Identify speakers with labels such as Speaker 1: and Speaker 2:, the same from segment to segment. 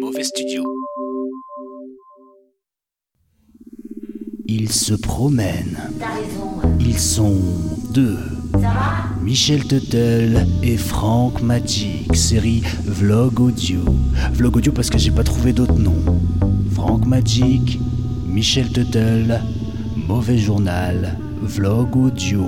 Speaker 1: Mauvais Studio.
Speaker 2: Ils se promènent.
Speaker 3: T'as raison. ouais.
Speaker 2: Ils sont deux.
Speaker 3: Ça va
Speaker 2: Michel Tuttle et Franck Magic, série Vlog Audio. Vlog Audio parce que j'ai pas trouvé d'autres noms. Franck Magic, Michel Tuttle, Mauvais Journal, Vlog Audio.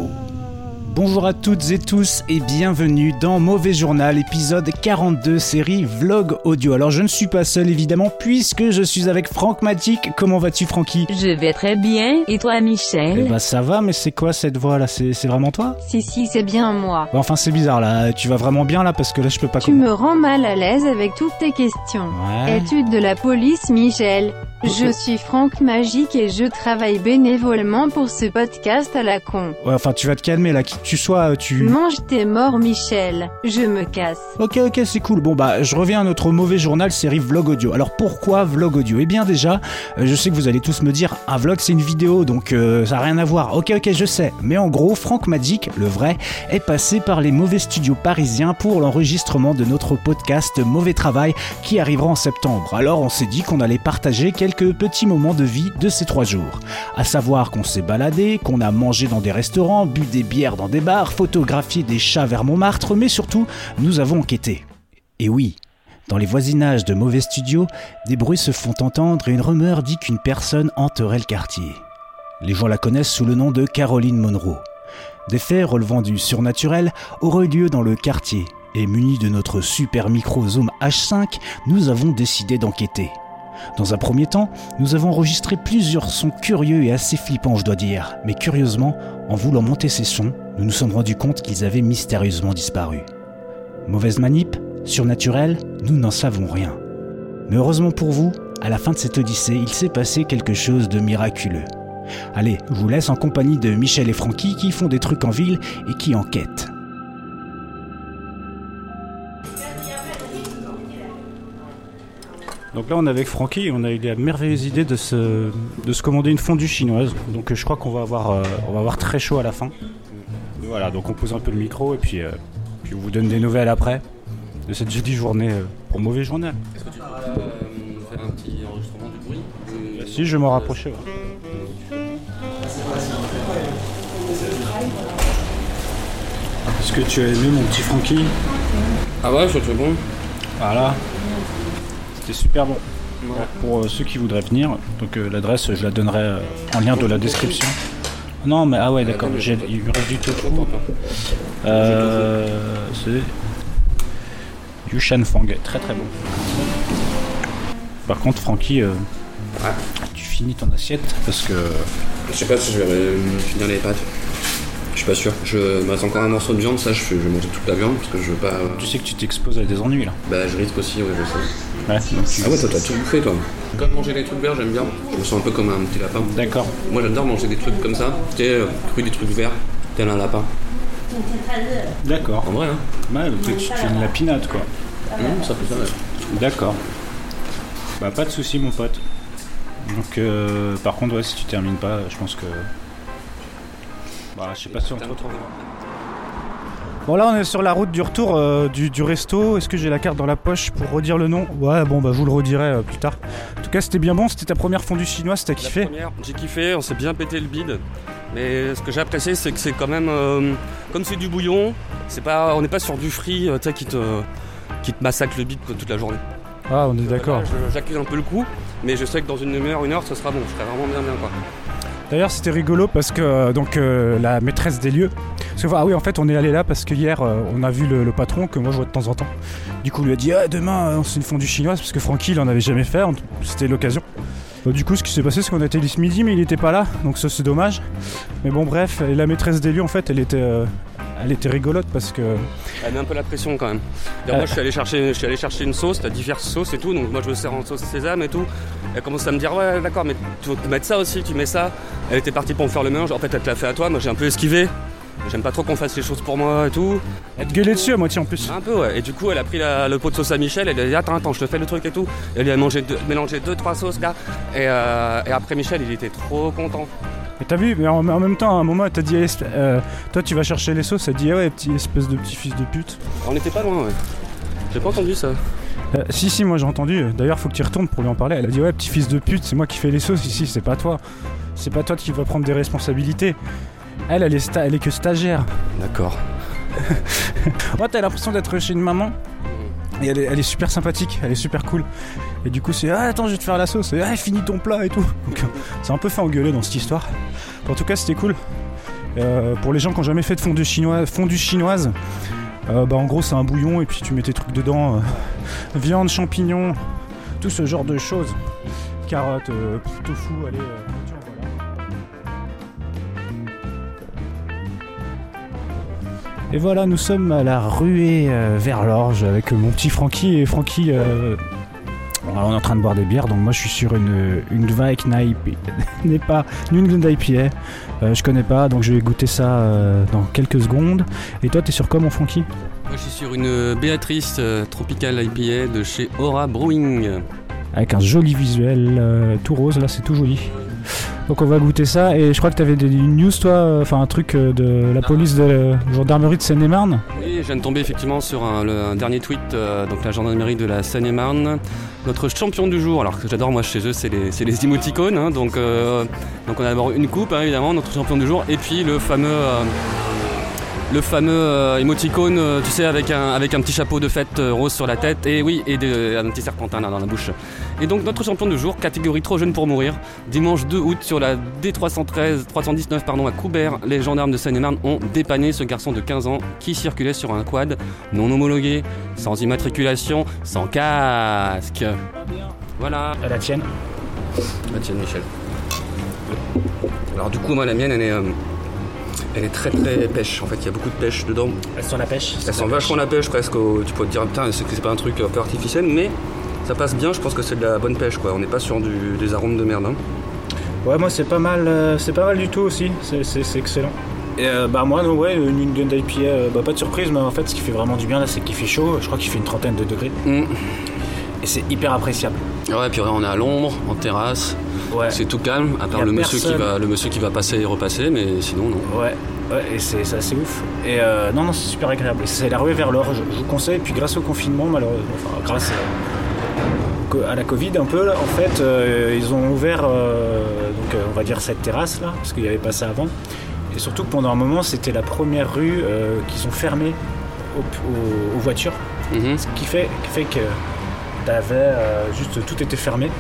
Speaker 2: Bonjour à toutes et tous et bienvenue dans Mauvais Journal, épisode 42, série Vlog Audio. Alors je ne suis pas seul évidemment puisque je suis avec Franck Magic. Comment vas-tu Francky
Speaker 4: Je vais très bien, et toi
Speaker 2: Eh
Speaker 4: Michel
Speaker 2: ben ça va, mais c'est quoi cette voix là C'est c'est vraiment toi
Speaker 4: Si si, c'est bien moi.
Speaker 2: Bah, Enfin c'est bizarre là, tu vas vraiment bien là parce que là je peux pas
Speaker 4: Tu me rends mal à l'aise avec toutes tes questions.
Speaker 2: Ouais.
Speaker 4: Étude de la police Michel. Je suis Franck Magique et je travaille bénévolement pour ce podcast à la con.
Speaker 2: Ouais, enfin tu vas te calmer là, qui que tu sois, tu...
Speaker 4: Mange tes morts Michel, je me casse.
Speaker 2: Ok ok c'est cool, bon bah je reviens à notre mauvais journal série Vlog Audio. Alors pourquoi Vlog Audio Eh bien déjà, euh, je sais que vous allez tous me dire, un vlog c'est une vidéo donc euh, ça a rien à voir. Ok ok je sais, mais en gros Franck Magic, le vrai, est passé par les mauvais studios parisiens pour l'enregistrement de notre podcast Mauvais Travail qui arrivera en septembre. Alors on s'est dit qu'on allait partager quelques petits moments de vie de ces trois jours. À savoir qu'on s'est baladé, qu'on a mangé dans des restaurants, bu des bières dans des bars, photographié des chats vers Montmartre, mais surtout, nous avons enquêté. Et oui, dans les voisinages de mauvais studios, des bruits se font entendre et une rumeur dit qu'une personne hanterait le quartier. Les gens la connaissent sous le nom de Caroline Monroe. Des faits relevant du surnaturel auraient eu lieu dans le quartier, et munis de notre super micro Zoom H5, nous avons décidé d'enquêter. Dans un premier temps, nous avons enregistré plusieurs sons curieux et assez flippants, je dois dire, mais curieusement, en voulant monter ces sons, nous nous sommes rendus compte qu'ils avaient mystérieusement disparu. Mauvaise manip, surnaturel, nous n'en savons rien. Mais heureusement pour vous, à la fin de cette odyssée, il s'est passé quelque chose de miraculeux. Allez, je vous laisse en compagnie de Michel et Francky qui font des trucs en ville et qui enquêtent. Donc là, on est avec Francky, on a eu la merveilleuse idée de se, de se commander une fondue chinoise. Donc euh, je crois qu'on va, avoir, euh, on va avoir très chaud à la fin. Voilà, donc on pose un peu le micro et puis, euh, puis on vous donne des nouvelles après de cette jolie journée euh, pour mauvais journal.
Speaker 5: Est-ce que tu peux euh, faire un petit enregistrement du bruit de-
Speaker 2: Si je vais m'en rapprochais. ouais. Est-ce que tu as aimé mon petit Francky
Speaker 5: Ah ouais, je trouve bon.
Speaker 2: Voilà. C'était super bon. Pour euh, ceux qui voudraient venir, donc euh, l'adresse je la donnerai euh, en lien de la description. Non mais ah ouais d'accord, j'ai- il me reste du tofu. Euh, c'est Yushan Fang, très très bon. Par contre Francky, euh, tu finis ton assiette parce que
Speaker 5: Je sais pas si je vais euh, finir les pâtes. Je suis pas sûr. Je il me reste encore un morceau de viande, ça je, fais- je vais manger toute la viande parce que je veux pas. euh,
Speaker 2: tu sais que tu t'exposes à des ennuis là.
Speaker 5: Bah je risque aussi, ouais, je sais.
Speaker 2: Ouais, donc tu-
Speaker 5: Ah ouais, toi t'as tout bouffé toi. Comme manger des trucs verts, j'aime bien. Je me sens un peu comme un petit lapin.
Speaker 2: D'accord.
Speaker 5: Moi j'adore manger des trucs comme ça. Tu sais, euh, cru des trucs verts, tel un lapin.
Speaker 2: D'accord.
Speaker 5: En vrai, hein.
Speaker 2: Ouais, donc tu fais une lapinade quoi.
Speaker 5: Mmh, ça peut ça, ouais.
Speaker 2: D'accord. Bah pas de souci mon pote. Donc euh, par contre ouais, si tu termines pas, je pense que bah je sais pas si on te retrouve.
Speaker 6: Bon là on est sur la route du retour euh, du, du resto. Est-ce que j'ai la carte dans la poche pour redire le nom Ouais bon bah je vous le redirai euh, plus tard. En tout cas c'était bien bon, c'était ta première fondue chinoise, t'as
Speaker 5: La
Speaker 6: kiffé
Speaker 5: première, J'ai kiffé, on s'est bien pété le bide. Mais ce que j'ai apprécié, c'est que c'est quand même. euh, comme c'est du bouillon, c'est pas, on n'est pas sur du frit euh, tu sais, qui, te, qui te massacre le bide toute la journée.
Speaker 6: Ah on est d'accord.
Speaker 5: Là, je- J'accuse un peu le coup, mais je sais que dans une demi-heure, une heure, ce sera bon. Je serai vraiment bien, bien. Quoi.
Speaker 6: D'ailleurs c'était rigolo parce que euh, donc euh, la maîtresse des lieux. Parce que, ah oui en fait on est allé là parce que hier euh, on a vu le, le patron que moi je vois de temps en temps. Du coup on lui a dit ah demain euh, on se fait une fondue chinoise parce que Francky il en avait jamais fait, on- c'était l'occasion. Bah, du coup ce qui s'est passé c'est qu'on était allé ce midi mais il était pas là donc ça c'est dommage. Mais bon bref et la maîtresse des lieux en fait elle était euh, elle était rigolote parce que
Speaker 5: Elle met un peu la pression quand même. D'ailleurs, Moi, je suis, allé chercher, je suis allé chercher une sauce, t'as diverses sauces et tout. Donc, moi, je me sers en sauce sésame et tout. Elle commence à me dire Ouais, d'accord, mais tu veux mettre ça aussi, tu mets ça. Elle était partie pour me faire le mélange. En fait, elle te l'a fait à toi. Moi, j'ai un peu esquivé. J'aime pas trop qu'on fasse les choses pour moi et tout.
Speaker 6: Elle te gueulait dessus à moitié en plus.
Speaker 5: Un peu, ouais. Et du coup, elle a pris la- le pot de sauce à Michel. Elle a dit Attends, attends, je te fais le truc et tout. Elle lui a mangé deux- mélangé deux, trois sauces là. Et, euh, et après, Michel, il était trop content.
Speaker 6: Et t'as vu, mais en, en même temps, à un moment, elle t'a dit, Esp- euh, toi tu vas chercher eh les sauces, elle dit, ah ouais, petit espèce de petit fils de pute.
Speaker 5: On n'était pas loin, ouais. J'ai pas entendu ça.
Speaker 6: Euh, si, si, moi j'ai entendu. D'ailleurs, faut que tu y retournes pour lui en parler. Elle a dit Ouais, petit fils de pute, c'est moi qui fais les sauces ici, c'est pas toi. C'est pas toi qui vas prendre des responsabilités. Elle, elle est, sta- elle est que stagiaire.
Speaker 5: D'accord.
Speaker 6: Moi, t'as l'impression d'être chez une maman. Et elle est, elle est super sympathique, elle est super cool. Et du coup, c'est Ah, attends, je vais te faire la sauce. Et, ah, finis ton plat et tout. Donc, euh, c'est un peu fait engueuler dans cette histoire. En tout cas, c'était cool. Euh, pour les gens qui n'ont jamais fait de fondue chinoise, fondue chinoise euh, bah, en gros, c'est un bouillon et puis tu mets tes trucs dedans euh, viande, champignons, tout ce genre de choses. Carottes, euh, tofu, allez. euh, tiens, voilà. Et voilà, nous sommes à la ruée euh, vers l'orge avec mon petit Francky et Francky. euh, alors, on est en train de boire des bières, donc moi je suis sur une une Weikneipe, n'est pas une New England IPA. Euh, je connais pas, donc je vais goûter ça euh, dans quelques secondes. Et toi, t'es sur quoi, mon Francky
Speaker 5: Moi, je suis sur une Béatrice euh, Tropical IPA de chez Aura Brewing.
Speaker 6: avec un joli visuel euh, tout rose là c'est tout joli donc on va goûter ça et je crois que t'avais des une news toi euh, enfin un truc euh, de la police de la gendarmerie de Seine-et-Marne
Speaker 5: Oui, je viens de tomber effectivement sur un, le- un dernier tweet, euh, donc la gendarmerie de la Seine-et-Marne. Notre champion du jour, alors que j'adore moi chez eux, c'est les, c'est les émoticônes. hein, donc, euh, donc on a d'abord une coupe, hein, évidemment, notre champion du jour, et puis le fameux, euh, le fameux euh, émoticône, euh, tu sais, avec un, avec un petit chapeau de fête euh, rose sur la tête, et oui, et de- un petit serpentin là, dans la bouche. Et donc notre champion du jour, catégorie trop jeune pour mourir, dimanche 2 août sur la D313, 319 pardon, à Coubert, les gendarmes de Seine-et-Marne ont dépanné ce garçon de 15 ans qui circulait sur un quad non homologué, sans immatriculation, sans casque. Voilà.
Speaker 6: à la tienne
Speaker 5: Ah, tiens, Michel. Alors du coup, moi, la mienne, elle est, euh, elle est très très pêche. En fait, il y a beaucoup de pêche dedans.
Speaker 6: elle sent la pêche
Speaker 5: Ça sent vachement la pêche presque. au- Tu peux te dire, putain, c'est que c'est pas un truc un peu artificiel, mais ça passe bien. Je pense que c'est de la bonne pêche, quoi. On n'est pas sur du- des arômes de merde. hein.
Speaker 6: ouais moi c'est pas mal euh, c'est pas mal du tout aussi c'est excellent et bah moi non ouais une Indian IPA bah pas de surprise mais en fait ce qui fait vraiment du bien là c'est qu'il fait chaud je crois qu'il fait une trentaine de degrés
Speaker 5: Mm.
Speaker 6: et c'est hyper appréciable
Speaker 5: Ouais, puis on est à l'ombre, en terrasse.
Speaker 6: ouais
Speaker 5: C'est tout calme, à
Speaker 6: Y
Speaker 5: part
Speaker 6: a
Speaker 5: le monsieur, qui
Speaker 6: personne.
Speaker 5: va, le monsieur qui va passer et repasser, mais sinon, non.
Speaker 6: Ouais, ouais et c'est c'est assez ouf. Et euh, non, non, c'est super agréable. Et C'est la ruée vers l'or, je, je vous conseille. Puis grâce au confinement, malheureusement, enfin grâce euh, co- à la Covid un peu, là, en fait, euh, ils ont ouvert, euh, donc euh, on va dire cette terrasse là, parce qu'il n'y avait pas ça avant. Et surtout que pendant un moment, c'était la première rue euh, qu'ils ont fermée aux, aux- aux voitures,
Speaker 5: Mhm.
Speaker 6: ce qui fait, qui fait que t'avais euh, juste tout était fermé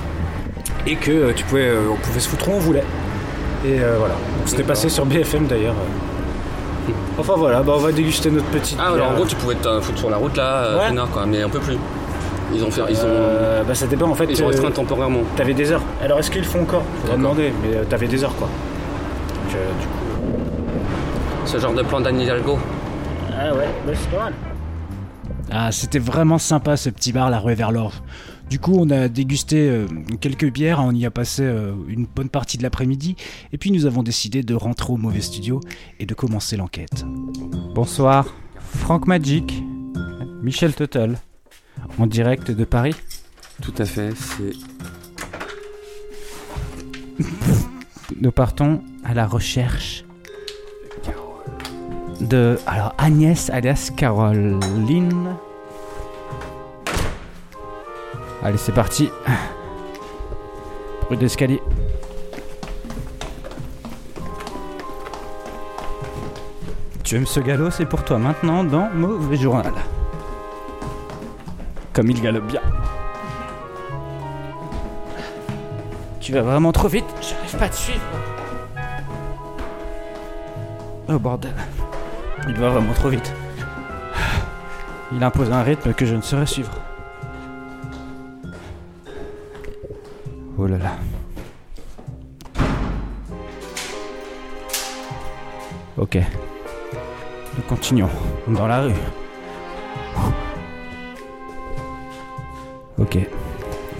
Speaker 6: et que euh, tu pouvais, euh, on pouvait se foutre où on voulait. Et euh, voilà, Donc, c'était passé sur BFM d'ailleurs. Enfin voilà, bah, on va déguster notre petite.
Speaker 5: Ah, alors
Speaker 6: bière.
Speaker 5: en gros, tu pouvais te euh, foutre sur la route là, euh,
Speaker 6: Ouais.
Speaker 5: connard, quoi, mais un peu plus. Ils ont fait. Ils ont.
Speaker 6: Euh, bah, ça dépend en fait.
Speaker 5: Ils ont
Speaker 6: euh,
Speaker 5: restreint temporairement.
Speaker 6: T'avais des heures. Alors est-ce qu'ils le font encore Faudra
Speaker 5: D'accord.
Speaker 6: demander, mais euh, t'avais des heures quoi. Donc, euh, du coup-
Speaker 5: Ce genre de plan d'Anne Hidalgo.
Speaker 6: Ah ouais, bah, c'est pas mal.
Speaker 2: Ah, c'était vraiment sympa ce petit bar, la rue vers l'or. Du coup, on a dégusté euh, quelques bières, on y a passé euh, une bonne partie de l'après-midi, et puis nous avons décidé de rentrer au mauvais studio et de commencer l'enquête.
Speaker 1: Bonsoir, Franck Magic, Michel Total, en direct de Paris.
Speaker 5: Tout à fait, c'est.
Speaker 1: Nous partons à la recherche de alors Agnès alias Caroline. Allez, c'est parti. Rue d'escalier. Tu aimes ce galop, c'est pour toi maintenant dans Mauvais Journal. Comme il galope bien. Tu vas vraiment trop vite, j'arrive pas à te suivre. Oh bordel. Il va vraiment trop vite. Il impose un rythme que je ne saurais suivre. Oh là là. Ok. Nous continuons. Dans la rue. Ok.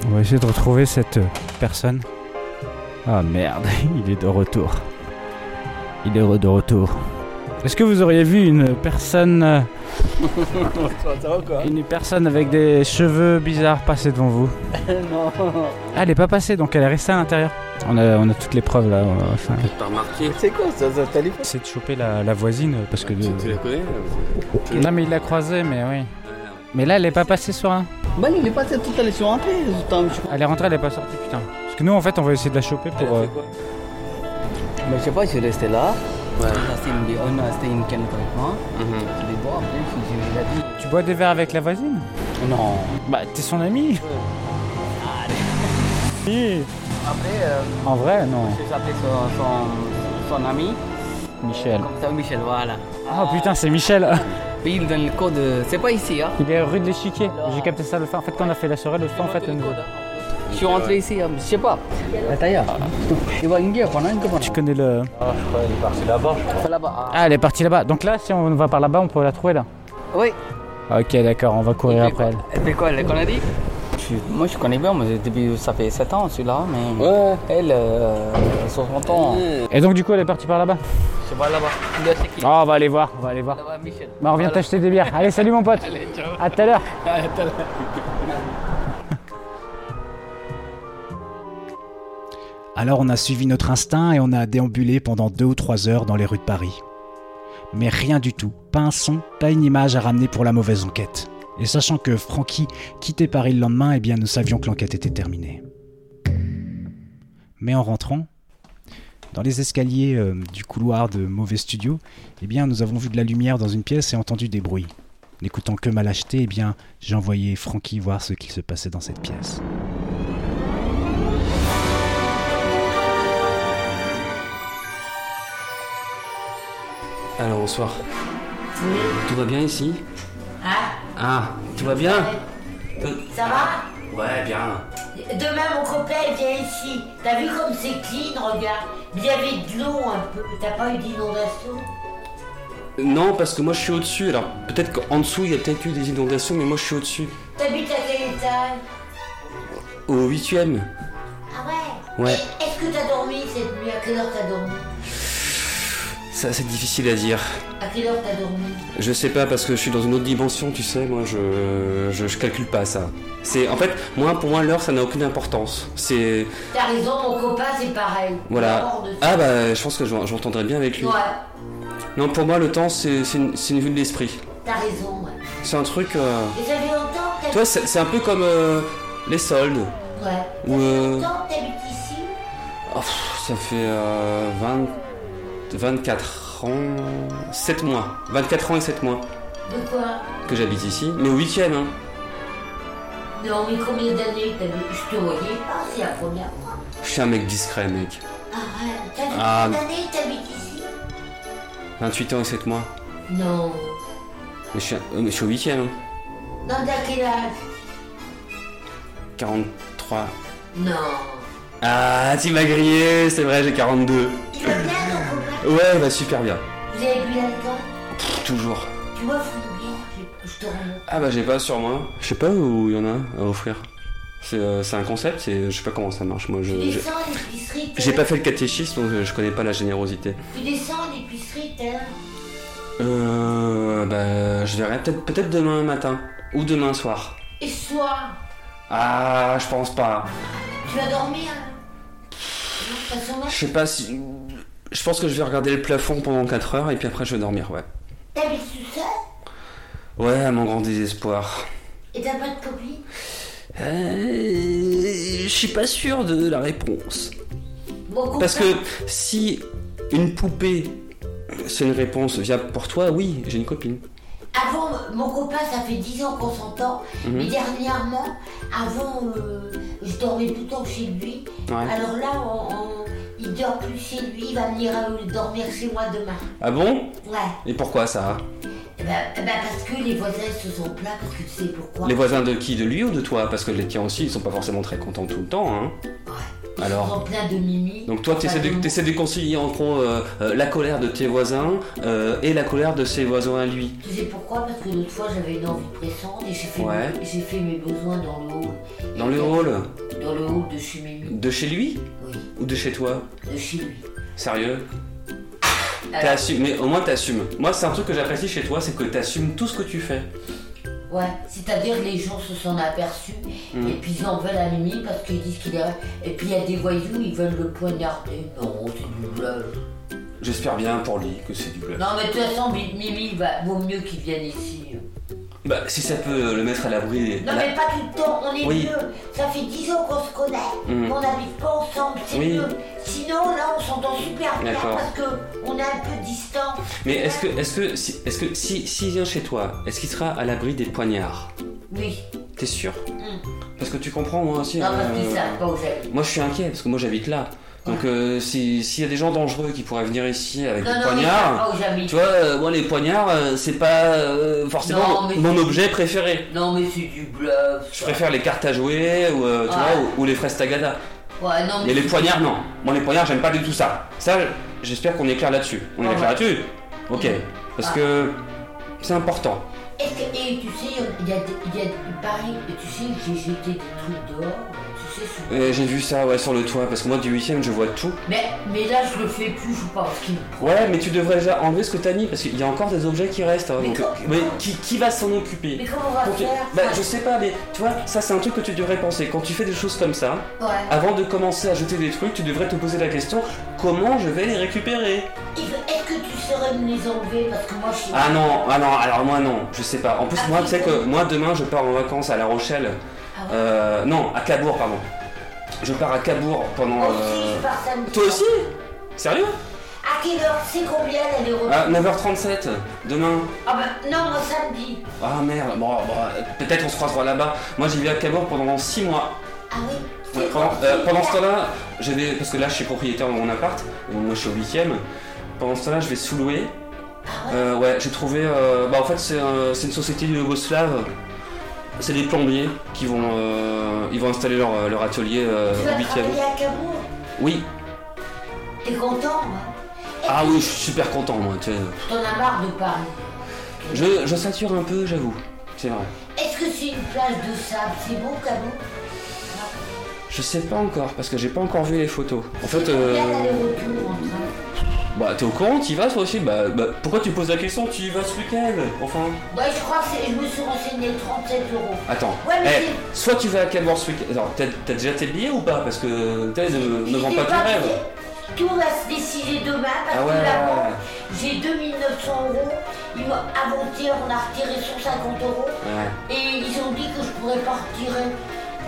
Speaker 1: On va essayer de retrouver cette euh, personne. Ah merde, il est de retour. Il est re- de retour. Est-ce que vous auriez vu une personne. euh, une personne avec des cheveux bizarres passer devant vous Ah, elle est pas passée, donc elle est restée à l'intérieur. On a, on a toutes les preuves là. on va- enfin,
Speaker 5: T'as remarqué
Speaker 3: C'est quoi ça, ça t'as les-
Speaker 6: C'est de choper la, la voisine parce que.
Speaker 5: Tu, tu la connais euh,
Speaker 1: Non, mais il l'a croisée, mais oui.
Speaker 5: Ouais,
Speaker 1: Mais là, elle est pas passée sur un.
Speaker 3: Ben, il est passé tout à l'heure, je suis rentré. je t'en- je-
Speaker 1: Elle est rentrée, elle est pas sortie, putain.
Speaker 6: Parce que nous, en fait, on va essayer de la choper
Speaker 5: Elle
Speaker 6: pour.
Speaker 5: a
Speaker 6: euh,
Speaker 5: fait quoi
Speaker 3: Mais je sais pas, je suis resté là.
Speaker 5: Ouais.
Speaker 3: Il a resté, il me dit, oh non, c'était une canne correctement.
Speaker 5: Mhm.
Speaker 3: Je dis, bon, après, je je lui ai dit,
Speaker 1: Tu bois des verres avec la voisine
Speaker 3: non.
Speaker 1: Bah, t'es son ami.
Speaker 6: si.
Speaker 3: Après, euh,
Speaker 6: En vrai, non.
Speaker 3: je suis appelé son, son, son ami.
Speaker 1: Michel.
Speaker 3: Comme ça, Michel, voilà.
Speaker 1: Oh putain, c'est Michel.
Speaker 3: Puis il donne le code, euh, c'est pas ici, hein.
Speaker 1: Il est rue de l'échiquier. J'ai capté ça le fin. En fait, quand on a fait la soirée, l'autre fois, en fait, elle nous a-
Speaker 3: Je suis rentré ici, hein, je sais pas. Attends, hein. il va inguer pendant une commande.
Speaker 6: Tu connais le.
Speaker 3: là-bas.
Speaker 1: Ah, elle est partie là-bas. Donc là, si on va par là-bas, on peut la trouver là.
Speaker 3: Oui.
Speaker 1: Ok, d'accord, on va courir après elle.
Speaker 3: Elle fait quoi, elle est connerie Moi je connais bien, mais depuis ça fait 7 ans celui-là, mais
Speaker 5: Ouais.
Speaker 3: elle, euh, 60 ans,
Speaker 1: Et donc, du coup, elle est partie par là-bas
Speaker 3: je vois là-bas. Là, c'est qui
Speaker 1: Oh, on va aller voir, on va aller voir.
Speaker 3: Là-bas, Michel.
Speaker 1: Bah, on vient t'acheter des bières. Allez, salut mon pote. À tout à l'heure.
Speaker 2: Alors on a suivi notre instinct et on a déambulé pendant deux ou trois heures dans les rues de Paris. Mais rien du tout, pas un son, pas une image à ramener pour la mauvaise enquête. Et sachant que Francky quittait Paris le lendemain, eh bien nous savions que l'enquête était terminée. Mais en rentrant, dans les escaliers euh, du couloir de Mauvais Studio, eh bien nous avons vu de la lumière dans une pièce et entendu des bruits. N'écoutant que mal acheté, eh bien j'ai envoyé Francky voir ce qu'il se passait dans cette pièce.
Speaker 5: Alors bonsoir. Tout va bien ici Ah, tout va bien
Speaker 7: Ça va
Speaker 5: Ouais, bien.
Speaker 7: Demain, mon copain il vient ici. T'as vu comme c'est clean, regarde. Mais il y avait de l'eau un peu. T'as pas eu d'inondation
Speaker 5: Non, parce que moi je suis au-dessus. Alors peut-être qu'en dessous il y a peut-être eu des inondations, mais moi je suis au-dessus.
Speaker 7: T'habites à quel étage
Speaker 5: Au huitième.
Speaker 7: Ah ouais
Speaker 5: Ouais.
Speaker 7: Et Est-ce que t'as dormi cette nuit À quelle heure t'as dormi
Speaker 5: Ça c'est difficile à dire.
Speaker 7: À quelle heure t'as dormi
Speaker 5: Je sais pas parce que je suis dans une autre dimension, tu sais, moi je, je, je calcule pas ça. C'est en fait, moi pour moi l'heure ça n'a aucune importance. C'est
Speaker 7: T'as raison, mon copain, c'est pareil.
Speaker 5: voilà.
Speaker 7: Hors de ça.
Speaker 5: Ah bah je pense que j'en- j'entendrai bien avec lui.
Speaker 7: Ouais,
Speaker 5: Non, pour moi le temps c'est c'est une, c'est une vue de l'esprit.
Speaker 7: t'as raison, ouais.
Speaker 5: C'est un truc. euh,
Speaker 7: Et ça fait longtemps que
Speaker 5: Tu
Speaker 7: t'habites
Speaker 5: vois, c'est c'est un peu comme euh, les soldes.
Speaker 7: Ouais.
Speaker 5: Ou, euh,
Speaker 7: Ça fait longtemps que t'habites ici
Speaker 5: Oh, pff, ça fait euh, 20 24 ans, 7 mois, 24 ans et 7 mois
Speaker 7: De quoi
Speaker 5: que j'habite ici, mais au huitième. Hein.
Speaker 7: Non, mais combien d'années t'habites Je te voyais pas, c'est la première fois.
Speaker 5: Je suis un mec discret, mec.
Speaker 7: Ah ouais, t'as vu
Speaker 5: Ah.
Speaker 7: combien d'années que t'habites ici
Speaker 5: 28 ans et 7 mois.
Speaker 7: Non.
Speaker 5: Mais je suis, un- euh, mais je suis au huitième. hein.
Speaker 7: Non, t'as quel âge
Speaker 5: 43.
Speaker 7: Non.
Speaker 5: Ah, tu m'as grillé, c'est vrai, j'ai 42.
Speaker 7: Tu vas bien, ton copain
Speaker 5: Ouais, bah super bien.
Speaker 7: Vous avez bu l'alcool
Speaker 5: Pff, toujours.
Speaker 7: Tu vois, fous de bien, je, je te remonte.
Speaker 5: Ah bah j'ai pas sur moi. Je sais pas où il y en a un à offrir. C'est euh, c'est un concept, c'est je sais pas comment ça marche. Moi, je-
Speaker 7: Tu
Speaker 5: je-
Speaker 7: descends à l'épicerie, t'as-
Speaker 5: j'ai pas fait le catéchisme, donc euh, je connais pas la générosité.
Speaker 7: Tu descends à l'épicerie, t'as...
Speaker 5: Euh. Bah, je verrai peut-être peut demain matin. Ou demain soir.
Speaker 7: Et ce soir,
Speaker 5: Ah, je pense pas.
Speaker 7: tu vas dormir hein. Non, pas
Speaker 5: Je
Speaker 7: sommeil
Speaker 5: sais pas si. Je pense que je vais regarder le plafond pendant 4 heures et puis après je vais dormir, ouais.
Speaker 7: T'habites tout seul
Speaker 5: Ouais, à mon grand désespoir.
Speaker 7: Et t'as pas de copine
Speaker 5: Euh, je suis pas sûr de la réponse.
Speaker 7: Mon copain...
Speaker 5: Parce que si une poupée, c'est une réponse viable pour toi, oui, j'ai une copine.
Speaker 7: Avant, mon copain, ça fait 10 ans qu'on s'entend,
Speaker 5: Mhm.
Speaker 7: mais dernièrement, avant, euh, je dormais tout le temps chez lui.
Speaker 5: Ouais.
Speaker 7: Alors là, on- on- il dort plus chez lui, il va venir euh, dormir chez moi demain.
Speaker 5: Ah bon
Speaker 7: Ouais.
Speaker 5: Et pourquoi ça
Speaker 7: Eh ben, eh ben, parce que les voisins se sont plaints, parce que tu sais pourquoi.
Speaker 5: Les voisins de qui De lui ou de toi Parce que les tiens aussi, ils sont pas forcément très contents tout le temps, hein.
Speaker 7: Ils
Speaker 5: alors.
Speaker 7: se sont plaints de Mimi.
Speaker 5: Donc toi, tu essaies de, t'essaies de concilier en gros euh, euh, la colère de tes voisins euh, et la colère de ses voisins à lui.
Speaker 7: Tu sais pourquoi Parce que l'autre fois, j'avais une envie pressante et j'ai fait,
Speaker 5: Ouais.
Speaker 7: mes- j'ai fait mes besoins dans le hall.
Speaker 5: Dans le rôle
Speaker 7: Dans le hall de chez Mimi.
Speaker 5: de chez lui
Speaker 7: Oui,
Speaker 5: ou de chez toi
Speaker 7: de chez lui.
Speaker 5: Sérieux
Speaker 7: Euh.
Speaker 5: T'as assu- mais au moins t'assumes. Moi, c'est un truc que j'apprécie chez toi, c'est que t'assumes tout ce que tu fais.
Speaker 7: Ouais, c'est-à-dire que les gens se sont aperçus
Speaker 5: Mm.
Speaker 7: et puis ils en veulent à Mimi parce qu'ils disent qu'il est. Et puis il y a des voyous, ils veulent le poignarder. Non, c'est du bluff.
Speaker 5: J'espère bien pour lui que c'est du bluff.
Speaker 7: Non, mais de toute façon, Mi- Mimi, il va... vaut mieux qu'il vienne ici.
Speaker 5: Bah, si ça peut le mettre à l'abri. de
Speaker 7: Non,
Speaker 5: la-
Speaker 7: mais pas tout le temps, on est
Speaker 5: Oui.
Speaker 7: vieux. Ça fait 10 ans qu'on se connaît,
Speaker 5: Mhm.
Speaker 7: mais on n'habite pas ensemble, c'est
Speaker 5: Oui.
Speaker 7: mieux. Sinon, là, on s'entend super bien
Speaker 5: D'accord.
Speaker 7: parce qu'on est un peu distant.
Speaker 5: Mais est-ce que, est-ce que, si, est-ce que si, s'il vient chez toi, est-ce qu'il sera à l'abri des poignards
Speaker 7: Oui.
Speaker 5: T'es sûr
Speaker 7: Mhm.
Speaker 5: Parce que tu comprends, moi aussi.
Speaker 7: Non, parce
Speaker 5: euh,
Speaker 7: qu'ils savent pas où j'habite.
Speaker 5: Moi, je suis inquiet parce que moi, j'habite là. Donc, euh, si- s'il y a des gens dangereux qui pourraient venir ici avec
Speaker 7: Non,
Speaker 5: des
Speaker 7: non, mais ils savent
Speaker 5: poignards,
Speaker 7: pas où j'habite.
Speaker 5: tu vois, euh, moi, les poignards, euh, c'est pas euh, forcément
Speaker 7: Non, mais-
Speaker 5: mon objet préféré.
Speaker 7: Non, mais c'est du bluff.
Speaker 5: Je préfère les cartes à jouer ou, euh, tu
Speaker 7: Ouais.
Speaker 5: vois, ou, ou les fraises tagada.
Speaker 7: Ouais, non, mais.
Speaker 5: Mais les poignards, non. Moi, les poignards, j'aime pas du tout ça. Ça, j'espère qu'on est clair là-dessus. On est
Speaker 7: Ah
Speaker 5: clair
Speaker 7: ouais.
Speaker 5: là-dessus Ok. Parce
Speaker 7: Ah.
Speaker 5: que c'est important.
Speaker 7: Est-ce que, et tu sais, il y a, des- il y a des- pareil, et tu sais, j'ai jeté des trucs dehors, tu sais, sous-
Speaker 5: Euh, J'ai vu ça, ouais, sur le toit, parce que moi, du 8ème, je vois tout.
Speaker 7: mais, mais là, je le fais plus, je pense qu'il me prend.
Speaker 5: Ouais, mais tu devrais déjà enlever ce que t'as mis, parce qu'il y a encore des objets qui restent. hein,
Speaker 7: Mais
Speaker 5: donc-
Speaker 7: quand-
Speaker 5: mais qui, qui va s'en occuper
Speaker 7: Mais comment on va
Speaker 5: Quand tu-
Speaker 7: faire
Speaker 5: Bah,
Speaker 7: ça
Speaker 5: je sais pas, mais tu vois, ça, c'est un truc que tu devrais penser. Quand tu fais des choses comme ça,
Speaker 7: Ouais.
Speaker 5: avant de commencer à jeter des trucs, tu devrais te poser la question comment je vais les récupérer
Speaker 7: Il veut- Est-ce que tu saurais me les enlever Parce que moi, je suis.
Speaker 5: Ah non, ah non, alors moi non, je sais pas. En plus,
Speaker 7: Ah,
Speaker 5: moi,
Speaker 7: si,
Speaker 5: tu sais
Speaker 7: oui.
Speaker 5: que moi demain je pars en vacances à La Rochelle.
Speaker 7: Ah ouais.
Speaker 5: Euh, non, à Cabourg, pardon. Je pars à Cabourg pendant.
Speaker 7: Moi aussi,
Speaker 5: euh,
Speaker 7: Oh, je pars samedi.
Speaker 5: Toi aussi Sérieux Ah,
Speaker 7: À quelle heure C'est combien d'aller au
Speaker 5: À 9h37, demain.
Speaker 7: Ah bah, non, moi samedi.
Speaker 5: Ah merde, bon, bon, peut-être on se croisera là-bas. Moi j'y vais à Cabourg pendant 6 mois.
Speaker 7: Ah oui
Speaker 5: Ouais,
Speaker 7: c'est
Speaker 5: pendant,
Speaker 7: bon,
Speaker 5: euh,
Speaker 7: c'est
Speaker 5: pendant ce
Speaker 7: bien.
Speaker 5: temps-là, je vais. Parce que là je suis propriétaire de mon appart, donc moi je suis au 8 Pendant ce temps-là, je vais sous-louer.
Speaker 7: Ah ouais
Speaker 5: Euh, ouais, j'ai trouvé. euh, bah, en fait, c'est euh, c'est une société yougoslave. C'est des plombiers qui vont, euh, ils vont installer leur, euh, leur atelier euh,
Speaker 7: Tu
Speaker 5: au
Speaker 7: vas
Speaker 5: 8
Speaker 7: travailler à Cabourg
Speaker 5: Oui.
Speaker 7: T'es content moi
Speaker 5: Ah oui, je suis super content, moi. tu sais.
Speaker 7: T'en as marre de Paris
Speaker 5: Je, je sature un peu, j'avoue. C'est vrai.
Speaker 7: Est-ce que c'est une plage de sable C'est beau, Cabourg
Speaker 5: Je sais pas encore parce que j'ai pas encore vu les photos. En fait,
Speaker 7: C'est combien
Speaker 5: euh,
Speaker 7: d'aller-retour en train
Speaker 5: bah t'es au courant, t'y vas toi aussi. Bah, bah, pourquoi tu poses la question Tu y vas ce week-end Enfin.
Speaker 7: Ouais, Bah, je crois que c'est- je me suis renseigné 37 euros.
Speaker 5: Attends.
Speaker 7: Ouais, mais
Speaker 5: Eh, soit tu vas à Calvor ce week-end. Alors, t'as t'as déjà tes billets ou pas Parce que t'es ne,
Speaker 7: c'est-
Speaker 5: Euh, ne vends
Speaker 7: je
Speaker 5: pas
Speaker 7: sais
Speaker 5: ton rêve.
Speaker 7: mais Tout va se décider demain parce
Speaker 5: Ah ouais,
Speaker 7: que la
Speaker 5: ouais, ouais.
Speaker 7: banque, j'ai 2900 euros. Ils m'ont inventé, on a retiré 150 euros
Speaker 5: Ouais.
Speaker 7: et ils ont dit que je pourrais pas retirer.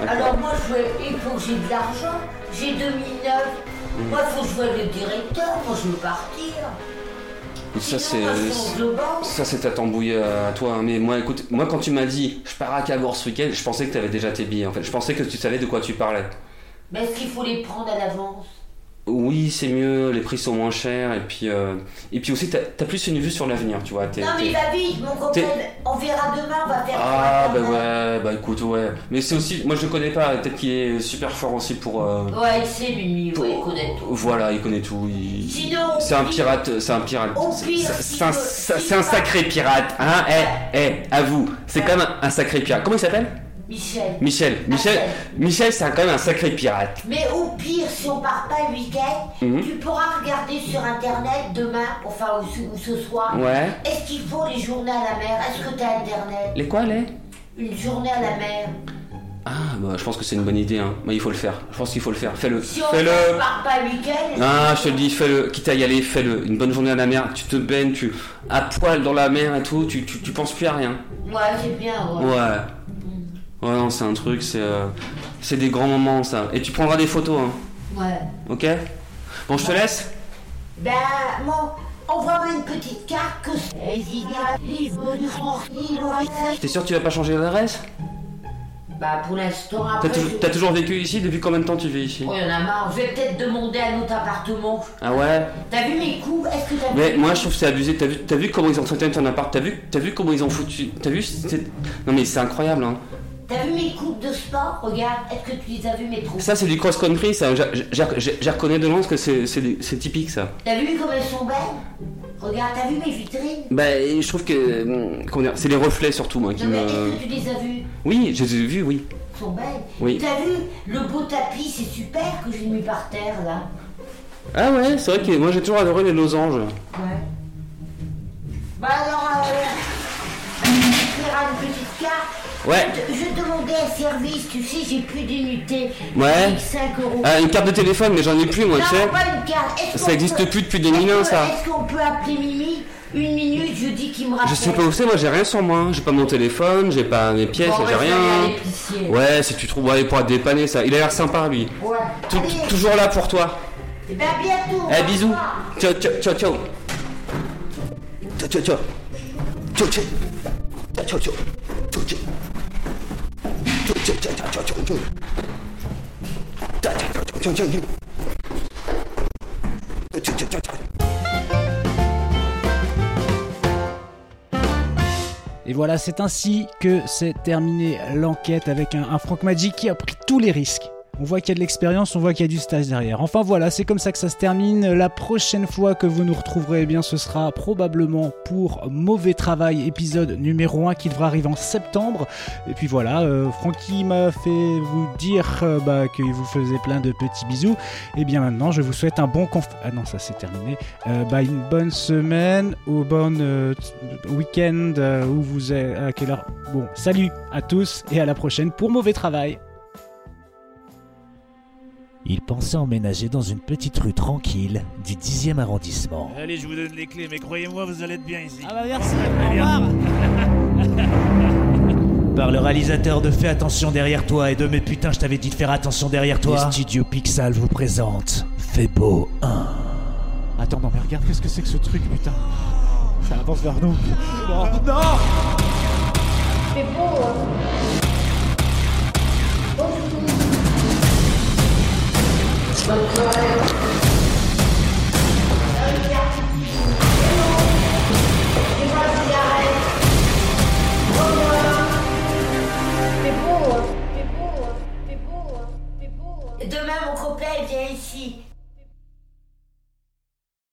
Speaker 5: D'accord.
Speaker 7: Alors moi, je vais, il faut que j'ai de l'argent. J'ai 2009.
Speaker 5: Hmm.
Speaker 7: Moi, il faut que je voie le directeur. Moi, je veux partir.
Speaker 5: Ça c'est.
Speaker 7: Sinon, moi, je change de banque.
Speaker 5: Ça, c'est ta tambouille euh, à toi. hein. Mais moi, écoute, moi, quand tu m'as dit je pars à Cavour ce week-end, je pensais que t'avais déjà tes billets en fait. Je pensais que tu savais de quoi tu parlais.
Speaker 7: Mais est-ce qu'il faut les prendre à l'avance
Speaker 5: Oui, c'est mieux, les prix sont moins chers et puis, euh, et puis aussi, t'as t'as plus une vue sur l'avenir, tu vois. t'es-
Speaker 7: Non, mais
Speaker 5: t'es-
Speaker 7: il va vite, mon copain.
Speaker 5: T'es-
Speaker 7: On verra demain, on va faire
Speaker 5: Ah,
Speaker 7: ça,
Speaker 5: bah
Speaker 7: demain.
Speaker 5: ouais, bah écoute, ouais. Mais c'est aussi, moi je le connais pas, peut-être qu'il est super fort aussi pour. euh,
Speaker 7: Ouais, c'est Mimi,
Speaker 5: pour-
Speaker 7: ouais, il connaît tout.
Speaker 5: Voilà, il connaît tout. il-
Speaker 7: Sinon,
Speaker 5: C'est un
Speaker 7: au
Speaker 5: pirate, c'est un pirate.
Speaker 7: au
Speaker 5: C'est-
Speaker 7: pire,
Speaker 5: c'est-
Speaker 7: si
Speaker 5: C'est un,
Speaker 7: je-
Speaker 5: c'est-
Speaker 7: si
Speaker 5: c'est un
Speaker 7: je-
Speaker 5: sacré pirate, hein, eh, eh, à vous. C'est quand même un- un sacré pirate. Comment il s'appelle
Speaker 7: Michel.
Speaker 5: Michel, Michel,
Speaker 7: Michel.
Speaker 5: Michel, c'est quand même un sacré pirate.
Speaker 7: Mais au pire, si on part pas le week-end,
Speaker 5: Mhm.
Speaker 7: tu pourras regarder sur internet demain, enfin ou ce, ou ce soir.
Speaker 5: Ouais.
Speaker 7: Est-ce qu'il faut les journées à la mer Est-ce que t'as internet
Speaker 5: Les quoi, les
Speaker 7: Une journée à la mer.
Speaker 5: Ah, bah, je pense que c'est une bonne idée, hein. Bah, il faut le faire. Je pense qu'il faut le faire. Fais-le.
Speaker 7: Si on
Speaker 5: Fais-le.
Speaker 7: part pas le week-end. est-ce
Speaker 5: Ah,
Speaker 7: que-
Speaker 5: je te le dis, fais-le. Quitte à y aller, fais-le. Une bonne journée à la mer. Tu te baignes, tu. à poil dans la mer et tout. Tu, tu, tu penses plus à rien.
Speaker 7: Ouais, c'est bien. Ouais.
Speaker 5: Ouais. Ouais, non, c'est un truc, c'est. euh, C'est des grands moments, ça. Et tu prendras des photos, hein.
Speaker 7: Ouais.
Speaker 5: Ok Bon, je te laisse.
Speaker 7: Ben, moi, envoie-moi une petite carte que c'est. Il y a les bonheurs en île, ouais.
Speaker 5: T'es sûr que tu vas pas changer d'adresse
Speaker 7: Bah, pour l'instant,
Speaker 5: T'as
Speaker 7: après.
Speaker 5: tou-
Speaker 7: je-
Speaker 5: t'as toujours vécu ici Depuis combien de temps tu vis ici
Speaker 7: Oh, il y en a marre. Je vais peut-être demander à notre appartement.
Speaker 5: Ah ouais
Speaker 7: T'as vu mes coups Est-ce que t'as
Speaker 5: Mais
Speaker 7: vu
Speaker 5: moi je trouve que c'est abusé, t'as vu, t'as vu comment ils entretiennent ton appart, t'as vu, t'as vu comment ils ont foutu, t'as vu, c'est- non mais c'est incroyable hein.
Speaker 7: T'as vu mes coupes de sport Regarde, est-ce que tu les as vu mes trous
Speaker 5: Ça c'est du cross-country ça, J'a- j'a- j'a- j'y reconnais de loin parce que c'est- c'est des- c'est typique ça.
Speaker 7: T'as vu comme elles sont belles Regarde, t'as vu mes vitrines
Speaker 5: Bah je trouve que, hum, comment dire, c'est les reflets surtout moi qui
Speaker 7: Non mais est-ce
Speaker 5: me...
Speaker 7: que tu les as vues
Speaker 5: Oui, je les ai vus, oui.
Speaker 7: Elles sont belles.
Speaker 5: Euh. Oui.
Speaker 7: T'as vu le beau tapis, c'est super que j'ai mis par terre là.
Speaker 5: Ah ouais, c'est vrai que moi j'ai toujours adoré les losanges.
Speaker 7: Ouais. Bah alors, euh, tu feras une petite carte.
Speaker 5: Ouais.
Speaker 7: Je, je demandais un service, tu sais, j'ai plus d'unité.
Speaker 5: Ouais.
Speaker 7: J'ai que 5 euros.
Speaker 5: Ah, une carte de téléphone mais j'en ai plus moi,
Speaker 7: non,
Speaker 5: tu sais.
Speaker 7: pas une carte. Est-ce
Speaker 5: Ça
Speaker 7: qu'on
Speaker 5: existe
Speaker 7: peut-
Speaker 5: plus depuis 2001,
Speaker 7: est-ce que-
Speaker 5: ça.
Speaker 7: Est-ce qu'on peut appeler Mimi une minute, je dis qu'il me rappelle.
Speaker 8: Je sais pas où c'est, moi j'ai rien sur moi. hein. J'ai pas mon téléphone, j'ai pas mes pièces,
Speaker 7: Bon,
Speaker 8: j'ai
Speaker 7: bah, je vais
Speaker 8: rien.
Speaker 5: hein.
Speaker 7: aller à l'épicier.
Speaker 8: Ouais, si tu trouves, ouais, il pourra te dépanner ça. Il a l'air sympa lui.
Speaker 7: Ouais.
Speaker 8: Tou-
Speaker 7: Allez,
Speaker 8: Toujours là pour toi.
Speaker 7: eh ben, à bientôt.
Speaker 8: Eh,
Speaker 7: au
Speaker 8: bisous.
Speaker 7: revoir.
Speaker 8: Ciao, ciao, ciao, ciao. Ciao, ciao, ciao. Ciao, ciao. Ciao, ciao, ciao. Ciao, ciao. Ciao, ciao, ciao, ciao, ciao, ciao. Ciao, ciao, ciao, ciao, ciao, ciao. Ciao, ciao, ciao, ciao, ciao.
Speaker 2: Et voilà, c'est ainsi que s'est terminée l'enquête avec un, un Frank Magic qui a pris tous les risques. On voit qu'il y a de l'expérience, on voit qu'il y a du stage derrière. Enfin voilà, c'est comme ça que ça se termine. La prochaine fois que vous nous retrouverez, eh bien ce sera probablement pour Mauvais Travail, épisode numéro 1 qui devra arriver en septembre. Et puis voilà, euh, Francky m'a fait vous dire euh, bah, qu'il vous faisait plein de petits bisous. Et bien maintenant, je vous souhaite un bon conf... Ah non, ça c'est terminé. Euh, bah, une bonne semaine ou bon euh, t- week-end euh, où vous êtes à quelle heure bon salut à tous et à la prochaine pour mauvais travail
Speaker 6: Il pensait emménager dans une petite rue tranquille du 10e arrondissement.
Speaker 9: Allez, je vous donne les clés, mais croyez-moi, vous allez être bien ici.
Speaker 2: bah merci
Speaker 6: Par le réalisateur de
Speaker 9: Fais attention derrière toi et de mais putain, je t'avais dit de faire attention derrière
Speaker 6: Les
Speaker 9: toi.
Speaker 6: studios Pixel vous présente Febo 1.
Speaker 10: Attends, non, mais regarde, qu'est-ce que c'est que ce truc, putain Ça avance vers nous.
Speaker 7: C'est beau, hein.